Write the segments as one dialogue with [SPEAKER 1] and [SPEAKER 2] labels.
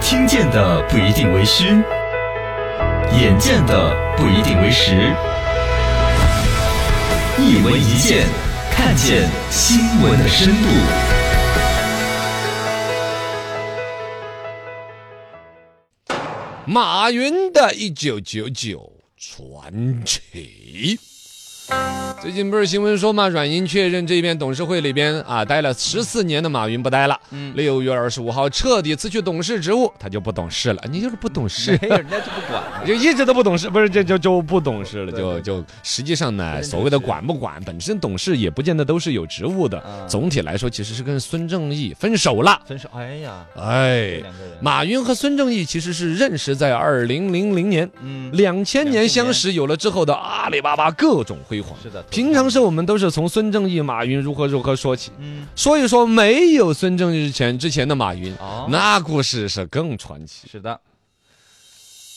[SPEAKER 1] 听见的不一定为虚，眼见的不一定为实。一文一见，看见新闻的深度。
[SPEAKER 2] 马云的一九九九传奇。最近不是新闻说嘛，软银确认这边董事会里边啊待了十四年的马云不待了，六月二十五号彻底辞去董事职务，他就不懂事了。你就是不懂事，
[SPEAKER 3] 没有，人家就不管 了。
[SPEAKER 2] 就一直都不懂事，不是就就就不懂事了，
[SPEAKER 3] 对
[SPEAKER 2] 就
[SPEAKER 3] 对
[SPEAKER 2] 就实际上呢，所谓的管不管，本身董事也不见得都是有职务的
[SPEAKER 3] 啊。
[SPEAKER 2] 总体来说，其实是跟孙正义分手了。
[SPEAKER 3] 分手，哎呀，
[SPEAKER 2] 哎，
[SPEAKER 3] 两个人，
[SPEAKER 2] 马云和孙正义其实是认识在二零零零年。
[SPEAKER 3] 嗯，
[SPEAKER 2] 两千年
[SPEAKER 3] 年
[SPEAKER 2] 相识，有了之后的阿里巴巴各种辉煌。
[SPEAKER 3] 是的，
[SPEAKER 2] 平常时我们都是从孙正义、马云如何如何说起，
[SPEAKER 3] 嗯，
[SPEAKER 2] 说一说没有孙正义之前之前的马云，
[SPEAKER 3] 哦
[SPEAKER 2] 那故事是更传奇。
[SPEAKER 3] 是的，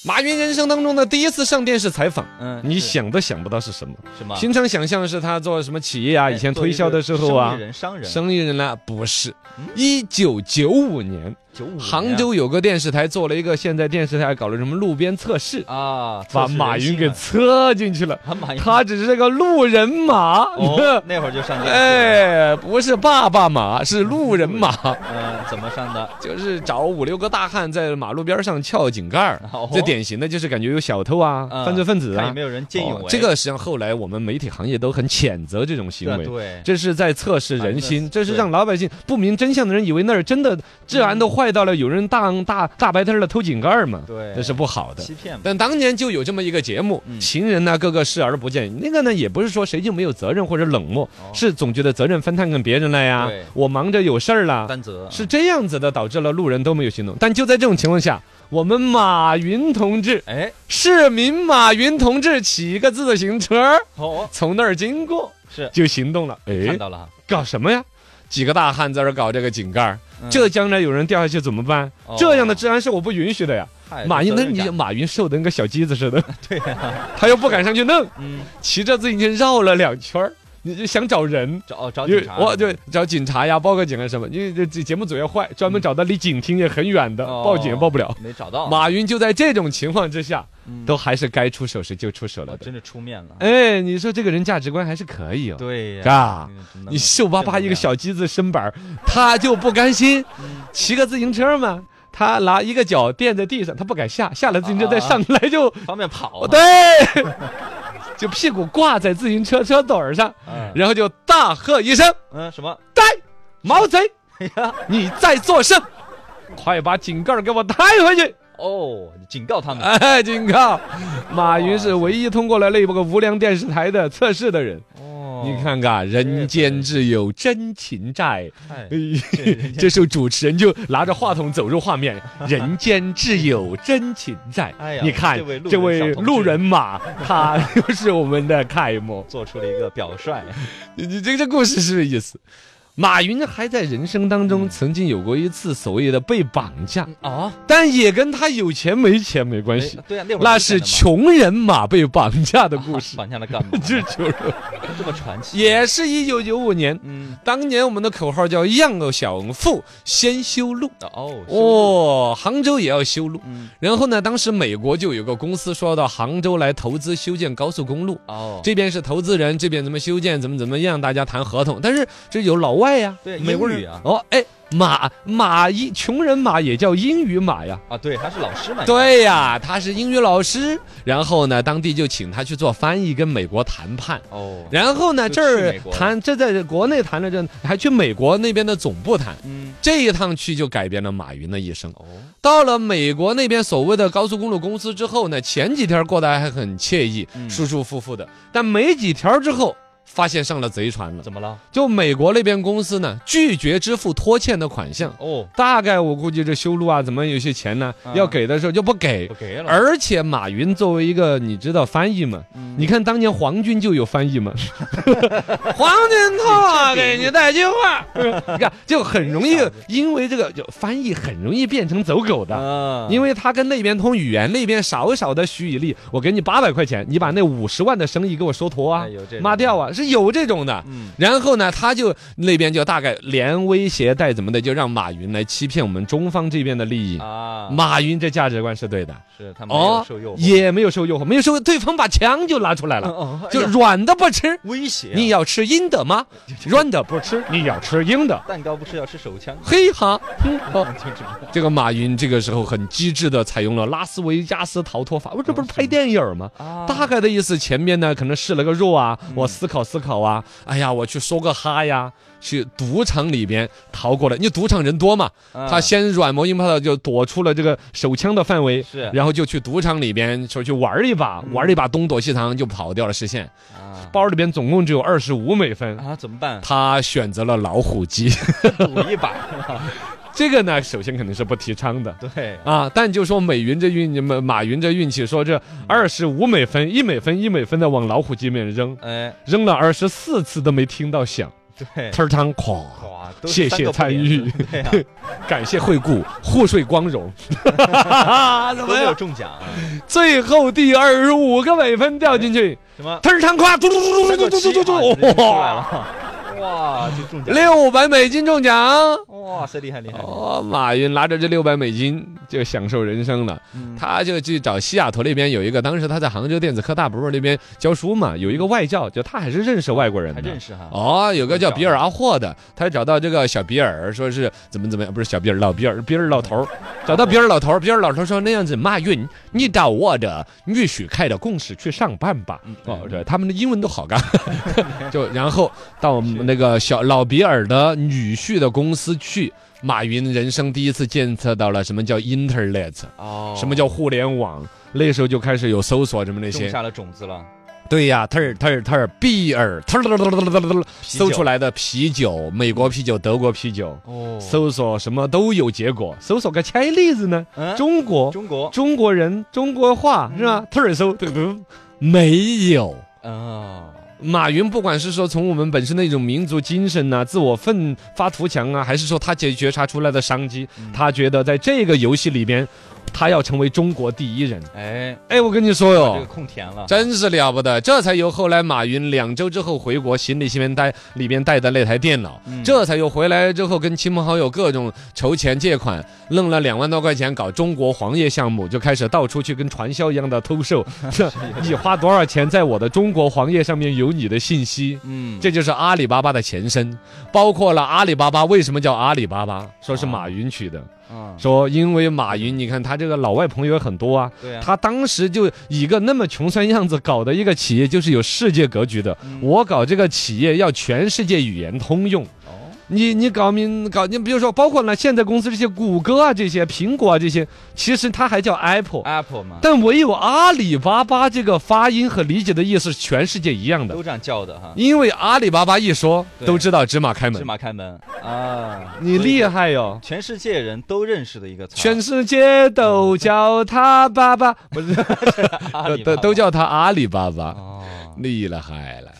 [SPEAKER 2] 马云人生当中的第一次上电视采访，
[SPEAKER 3] 嗯，
[SPEAKER 2] 你
[SPEAKER 3] 是啊
[SPEAKER 2] 想都想不到是什么。
[SPEAKER 3] 什么？
[SPEAKER 2] 平常想象是他做什么企业啊，以前
[SPEAKER 3] 哎做一
[SPEAKER 2] 推销
[SPEAKER 3] 个
[SPEAKER 2] 的时候啊
[SPEAKER 3] 生意，人商人，
[SPEAKER 2] 生意人呢、不是。
[SPEAKER 3] 嗯
[SPEAKER 2] 一九九五年，
[SPEAKER 3] 95
[SPEAKER 2] 杭州有个电视台做了一个，现在电视台搞了什么路边测试，
[SPEAKER 3] 啊，
[SPEAKER 2] 把
[SPEAKER 3] 测试
[SPEAKER 2] 马
[SPEAKER 3] 人性
[SPEAKER 2] 云给
[SPEAKER 3] 嘛
[SPEAKER 2] 测进去了。
[SPEAKER 3] 把马云
[SPEAKER 2] 他只是个路人马，
[SPEAKER 3] 哦，那会儿就上电视了，
[SPEAKER 2] 哎，不是爸爸马，是路人马，
[SPEAKER 3] 嗯，怎么上的？
[SPEAKER 2] 就是找五六个大汉在马路边上撬井盖儿
[SPEAKER 3] 哦，嗯
[SPEAKER 2] 这典型的就是感觉有小偷啊、犯罪分子
[SPEAKER 3] 看
[SPEAKER 2] 啊
[SPEAKER 3] 有没。有哎人见义勇
[SPEAKER 2] 哦
[SPEAKER 3] 为？
[SPEAKER 2] 这个实际上后来我们媒体行业都很谴责这种行为。
[SPEAKER 3] 对对，
[SPEAKER 2] 这是在测试人
[SPEAKER 3] 反正
[SPEAKER 2] 心，这
[SPEAKER 3] 哎对
[SPEAKER 2] 是让老百姓不明真相的人以为那儿真的治安都坏到了，有人大大大白天儿的偷井盖儿嘛，
[SPEAKER 3] 对
[SPEAKER 2] 这是不好的。
[SPEAKER 3] 欺骗嘛，
[SPEAKER 2] 但当年就有这么一个节目，
[SPEAKER 3] 嗯
[SPEAKER 2] 行人呢个个视而不见。那个呢也不是说谁就没有责任或者冷漠，
[SPEAKER 3] 哦
[SPEAKER 2] 是总觉得责任分摊给别人了呀
[SPEAKER 3] 对。
[SPEAKER 2] 我忙着有事儿了，
[SPEAKER 3] 担
[SPEAKER 2] 啊
[SPEAKER 3] 责
[SPEAKER 2] 是，这样子的，导致了路人都没有行动。但就在这种情况下，我们马云同志，
[SPEAKER 3] 哎，
[SPEAKER 2] 市民马云同志骑个自行车
[SPEAKER 3] 哦，
[SPEAKER 2] 从那儿经过，
[SPEAKER 3] 是
[SPEAKER 2] 就行动了。哎
[SPEAKER 3] 看，到了哈，
[SPEAKER 2] 搞什么呀？几个大汉在这儿搞这个井盖儿，
[SPEAKER 3] 嗯
[SPEAKER 2] 这将来有人掉下去怎么办？
[SPEAKER 3] 哦哎
[SPEAKER 2] 这样的治安是我不允许的呀。
[SPEAKER 3] 太有
[SPEAKER 2] 马云，
[SPEAKER 3] 责
[SPEAKER 2] 那
[SPEAKER 3] 任
[SPEAKER 2] 你
[SPEAKER 3] 感
[SPEAKER 2] 马云瘦的跟个小鸡子似的，
[SPEAKER 3] 对呀，
[SPEAKER 2] 他又不敢上去弄，
[SPEAKER 3] 嗯，
[SPEAKER 2] 骑着自行车绕了两圈儿，你就想找人。
[SPEAKER 3] 找哦找
[SPEAKER 2] 因
[SPEAKER 3] 警
[SPEAKER 2] 为
[SPEAKER 3] 察，
[SPEAKER 2] 我就找警察呀，报个警啊什么，因为这这节目组要坏，专门找到离警厅也很远的，
[SPEAKER 3] 哦
[SPEAKER 2] 报警也报不了。
[SPEAKER 3] 没找到，
[SPEAKER 2] 马云就在这种情况之下，
[SPEAKER 3] 嗯
[SPEAKER 2] 都还是该出手时就出手了
[SPEAKER 3] 哦
[SPEAKER 2] 的。
[SPEAKER 3] 真的出面了，
[SPEAKER 2] 哎，你说这个人价值观还是可以哦，
[SPEAKER 3] 对呀，
[SPEAKER 2] 嘎
[SPEAKER 3] 嗯真的
[SPEAKER 2] 你瘦巴巴一个小鸡子身板儿，他就不甘心，骑个自行车嘛，他拿一个脚垫在地上，他不敢下，下了自行车再上来就
[SPEAKER 3] 方便跑
[SPEAKER 2] 哦，
[SPEAKER 3] 嘛，
[SPEAKER 2] 对，就屁股挂在自行车车斗儿上，
[SPEAKER 3] 嗯
[SPEAKER 2] 然后就大喝一声
[SPEAKER 3] 嗯，什么？：“
[SPEAKER 2] 呆，毛贼，
[SPEAKER 3] 哎呀，
[SPEAKER 2] 你在作甚？快把井盖儿给我抬回去
[SPEAKER 3] 哦，你警告他！”们，
[SPEAKER 2] 哎，警告，马云是唯一通过了那个无良电视台的测试的人。
[SPEAKER 3] 哦
[SPEAKER 2] 你，看看，人间自有真情在。
[SPEAKER 3] 哎
[SPEAKER 2] 哎
[SPEAKER 3] 人
[SPEAKER 2] 这时候主持人就拿着话筒走入画面，人间自有真情在。
[SPEAKER 3] 哎呀
[SPEAKER 2] 你看
[SPEAKER 3] 这位路人
[SPEAKER 2] 这位
[SPEAKER 3] 小同志
[SPEAKER 2] 路人马， 他就是我们的楷模。
[SPEAKER 3] 做出了一个表 率，
[SPEAKER 2] 你你这个故事是不是有意思？马云还在人生当
[SPEAKER 3] 嗯
[SPEAKER 2] 中曾经有过一次所谓的被绑架，
[SPEAKER 3] 啊，
[SPEAKER 2] 但也跟他有钱没钱没关系，
[SPEAKER 3] 对啊，那会儿
[SPEAKER 2] 那
[SPEAKER 3] 是这
[SPEAKER 2] 是
[SPEAKER 3] 样的嘛
[SPEAKER 2] 穷人马被绑架的故 事。
[SPEAKER 3] 绑架了 干嘛？
[SPEAKER 2] 这穷人
[SPEAKER 3] 这么传奇，
[SPEAKER 2] 也是一九九五年，
[SPEAKER 3] 嗯，
[SPEAKER 2] 当年我们的口号叫“让小富先修路
[SPEAKER 3] 哦”，，
[SPEAKER 2] 哦，杭州也要修路。
[SPEAKER 3] 嗯，
[SPEAKER 2] 然后呢，当时美国就有个公司说到杭州来投资修建高速公路，
[SPEAKER 3] 哦，
[SPEAKER 2] 这边是投资人，这边怎么修建，怎么怎么样，大家谈合同。但是这有老外呀、
[SPEAKER 3] 对
[SPEAKER 2] 美国
[SPEAKER 3] 英
[SPEAKER 2] 人
[SPEAKER 3] 语啊
[SPEAKER 2] 哦，哎，马马一穷人马也叫英语马呀。
[SPEAKER 3] 啊，对，他是老师嘛，
[SPEAKER 2] 对呀，他是英语老师，然后呢，当地就请他去做翻译，跟美国谈判。
[SPEAKER 3] 哦，
[SPEAKER 2] 然后呢，
[SPEAKER 3] 就
[SPEAKER 2] 这
[SPEAKER 3] 去
[SPEAKER 2] 儿
[SPEAKER 3] 美国了
[SPEAKER 2] 谈，这在国内谈了，这还去美国那边的总部谈。
[SPEAKER 3] 嗯，
[SPEAKER 2] 这一趟去就改变了马云的一生。
[SPEAKER 3] 哦，
[SPEAKER 2] 到了美国那边所谓的高速公路公司之后呢，前几天过得还很惬意，
[SPEAKER 3] 嗯
[SPEAKER 2] 舒舒服服的，但没几条之后。发现上了贼船了，
[SPEAKER 3] 怎么了？
[SPEAKER 2] 就美国那边公司呢拒绝支付拖欠的款项，
[SPEAKER 3] 哦，
[SPEAKER 2] 大概我估计这修路啊，怎么有些钱呢
[SPEAKER 3] 啊？嗯
[SPEAKER 2] 要给的时候就不给
[SPEAKER 3] 不，给了，
[SPEAKER 2] 而且马云作为一个你知道翻译吗？
[SPEAKER 3] 嗯
[SPEAKER 2] 你看当年黄军就有翻译 嘛，黄军套啊，给你带句 话，你看就很容易因为这个就翻译很容易变成走狗的。
[SPEAKER 3] 啊
[SPEAKER 2] 因
[SPEAKER 3] 为
[SPEAKER 2] 为他跟那边通语言，那边少少的许以利，我给你八百块钱，你把那五十万的生意给我收妥啊
[SPEAKER 3] 哎呦这，人
[SPEAKER 2] 抹掉啊，啊，是有这种的。
[SPEAKER 3] 嗯，
[SPEAKER 2] 然后呢，他就那边就大概连威胁带怎么的，就让马云来欺骗我们中方这边的利益。
[SPEAKER 3] 啊，
[SPEAKER 2] 马云这价值观是对的，
[SPEAKER 3] 是他们没有
[SPEAKER 2] 哦
[SPEAKER 3] 受诱，惑，
[SPEAKER 2] 也没有受诱惑，没有受对方把枪就拿出来了，
[SPEAKER 3] 哦
[SPEAKER 2] 就软的不吃，
[SPEAKER 3] 威胁啊，
[SPEAKER 2] 你要吃硬的 吗？软的不吃，你要吃硬的。
[SPEAKER 3] 蛋糕不吃要吃手枪，
[SPEAKER 2] 嘿哈，嗯好
[SPEAKER 3] 就这个
[SPEAKER 2] 这个马云这个时候很机智的采用了拉斯维加斯逃脱法，我这不是拍电影吗？
[SPEAKER 3] 啊
[SPEAKER 2] 大概的意思，前面呢可能试了个肉啊，我思考思考啊，哎呀，我去说个哈呀，去赌场里边逃过了。你赌场人多嘛，
[SPEAKER 3] 嗯啊
[SPEAKER 2] 他先软磨硬泡的就躲出了这个手枪的范围，
[SPEAKER 3] 是
[SPEAKER 2] 然后就去赌场里边说去玩一把，玩一把东躲西藏就跑掉了视线。
[SPEAKER 3] 啊
[SPEAKER 2] 包里边总共只有二十五美分，
[SPEAKER 3] 啊，怎么 办？
[SPEAKER 2] 他选择了老虎机，
[SPEAKER 3] 赌一把，啊
[SPEAKER 2] 这个呢，首先肯定是不提倡的。
[SPEAKER 3] 对，
[SPEAKER 2] 啊，但就说美云这运，马马云这运气，说这二十五美分，一美分一美分的往老虎机里面扔，
[SPEAKER 3] 哎，
[SPEAKER 2] 扔了二十四次都没听到响，
[SPEAKER 3] 对，
[SPEAKER 2] 摊儿汤哐，
[SPEAKER 3] 哇，都
[SPEAKER 2] 谢
[SPEAKER 3] 是三
[SPEAKER 2] 谢
[SPEAKER 3] 个
[SPEAKER 2] 参
[SPEAKER 3] 不连
[SPEAKER 2] 与，
[SPEAKER 3] 对啊呀，
[SPEAKER 2] 感谢惠顾，互惠光荣， 怎
[SPEAKER 3] 都
[SPEAKER 2] 么
[SPEAKER 3] 没有
[SPEAKER 2] 样？
[SPEAKER 3] 中奖啊，
[SPEAKER 2] 最后第二十五个美分掉进去，
[SPEAKER 3] 什么？
[SPEAKER 2] 摊儿汤哐，嘟嘟嘟
[SPEAKER 3] 三
[SPEAKER 2] 嘟
[SPEAKER 3] 个
[SPEAKER 2] 嘟嘟
[SPEAKER 3] 七
[SPEAKER 2] 嘟
[SPEAKER 3] 啊
[SPEAKER 2] 嘟
[SPEAKER 3] 直
[SPEAKER 2] 嘟，
[SPEAKER 3] 接出来
[SPEAKER 2] 哇，
[SPEAKER 3] 了，哇，就中奖了，
[SPEAKER 2] 六百美金中奖。
[SPEAKER 3] 哇塞，厉害厉害，
[SPEAKER 2] 哦，马云拿着这六百美金就享受人生了。
[SPEAKER 3] 嗯
[SPEAKER 2] 他就去找西雅图那边有一个，当时他在杭州电子科大不是那边教书嘛，有一个外教，就他还是认识外国人
[SPEAKER 3] 还
[SPEAKER 2] 的。
[SPEAKER 3] 认识哈，
[SPEAKER 2] 哦，有个叫比尔阿霍的，他找到这个小比尔，说是怎么怎么样，不是小比尔，老比尔，比尔老 头儿，找到比尔老头儿，比尔老头儿说那样子，马云，你到我的女婿开的公司去上班吧。
[SPEAKER 3] 嗯
[SPEAKER 2] 哦，对，他们的英文都好 干，就然后到我们那个小老比尔的女婿的公司去。马云人生第一次检测到了什么叫 Internet，
[SPEAKER 3] 哦
[SPEAKER 2] 什么叫互联网。那时候就开始有搜索什么那
[SPEAKER 3] 种
[SPEAKER 2] 些，
[SPEAKER 3] 下了种子了？
[SPEAKER 2] 对呀，特儿特儿特儿，比尔特儿特儿特儿特儿特儿特儿
[SPEAKER 3] 啤
[SPEAKER 2] 搜
[SPEAKER 3] 酒
[SPEAKER 2] 出来的啤酒，美国啤酒、德国啤酒，
[SPEAKER 3] 哦
[SPEAKER 2] 搜索什么都有结果。搜索个 Chinese 呢，
[SPEAKER 3] 嗯
[SPEAKER 2] 中国
[SPEAKER 3] 中国，嗯
[SPEAKER 2] 中国人中国话是吧？特儿搜，嘟嘟没有。
[SPEAKER 3] 哦，
[SPEAKER 2] 马云不管是说从我们本身的一种民族精神呐、自我奋发图强啊，还是说他觉觉察出来的商机，
[SPEAKER 3] 嗯
[SPEAKER 2] 他觉得在这个游戏里边，他要成为中国第一人。
[SPEAKER 3] 哎，
[SPEAKER 2] 哎，我跟你说
[SPEAKER 3] 把这
[SPEAKER 2] 哟
[SPEAKER 3] 个。空填了，
[SPEAKER 2] 真是了不得，这才由后来马云两周之后回国，行李里面带里边带的那台电脑，
[SPEAKER 3] 嗯
[SPEAKER 2] 这才又回来之后跟亲朋好友各种筹钱借款，弄了两万多块钱搞中国黄页项目，就开始到处去跟传销一样的偷售。这你花多少钱在我的中国黄页上面有你的信息？
[SPEAKER 3] 嗯，
[SPEAKER 2] 这就是阿里巴巴的前身，包括了阿里巴巴为什么叫阿里巴巴，说是马云取的，
[SPEAKER 3] 嗯，
[SPEAKER 2] 说因为马云，你看他这个老外朋友也很多啊，
[SPEAKER 3] 对啊，
[SPEAKER 2] 他当时就以一个那么穷酸样子搞的一个企业，就是有世界格局的。
[SPEAKER 3] 嗯
[SPEAKER 2] 我搞这个企业要全世界语言通用。
[SPEAKER 3] 哦，
[SPEAKER 2] 你你搞明搞你比如说，包括呢现在公司这些谷歌啊、这些苹果啊这些，其实它还叫 Apple，
[SPEAKER 3] Apple 嘛，
[SPEAKER 2] 但唯有阿里巴巴这个发音和理解的意思是全世界一样的，
[SPEAKER 3] 都这样叫的哈，
[SPEAKER 2] 因为阿里巴巴一说
[SPEAKER 3] 对
[SPEAKER 2] 都知道芝麻开
[SPEAKER 3] 芝
[SPEAKER 2] 门，
[SPEAKER 3] 麻开门啊，
[SPEAKER 2] 你
[SPEAKER 3] 所以
[SPEAKER 2] 厉害哦哟。
[SPEAKER 3] 全世界人都认识的一个词儿，啊
[SPEAKER 2] 全世界都叫他爸爸，不是
[SPEAKER 3] 阿
[SPEAKER 2] 都
[SPEAKER 3] 里
[SPEAKER 2] 都
[SPEAKER 3] 巴
[SPEAKER 2] 都
[SPEAKER 3] 巴
[SPEAKER 2] 叫他阿里巴巴，
[SPEAKER 3] 哦，
[SPEAKER 2] 厉了害了。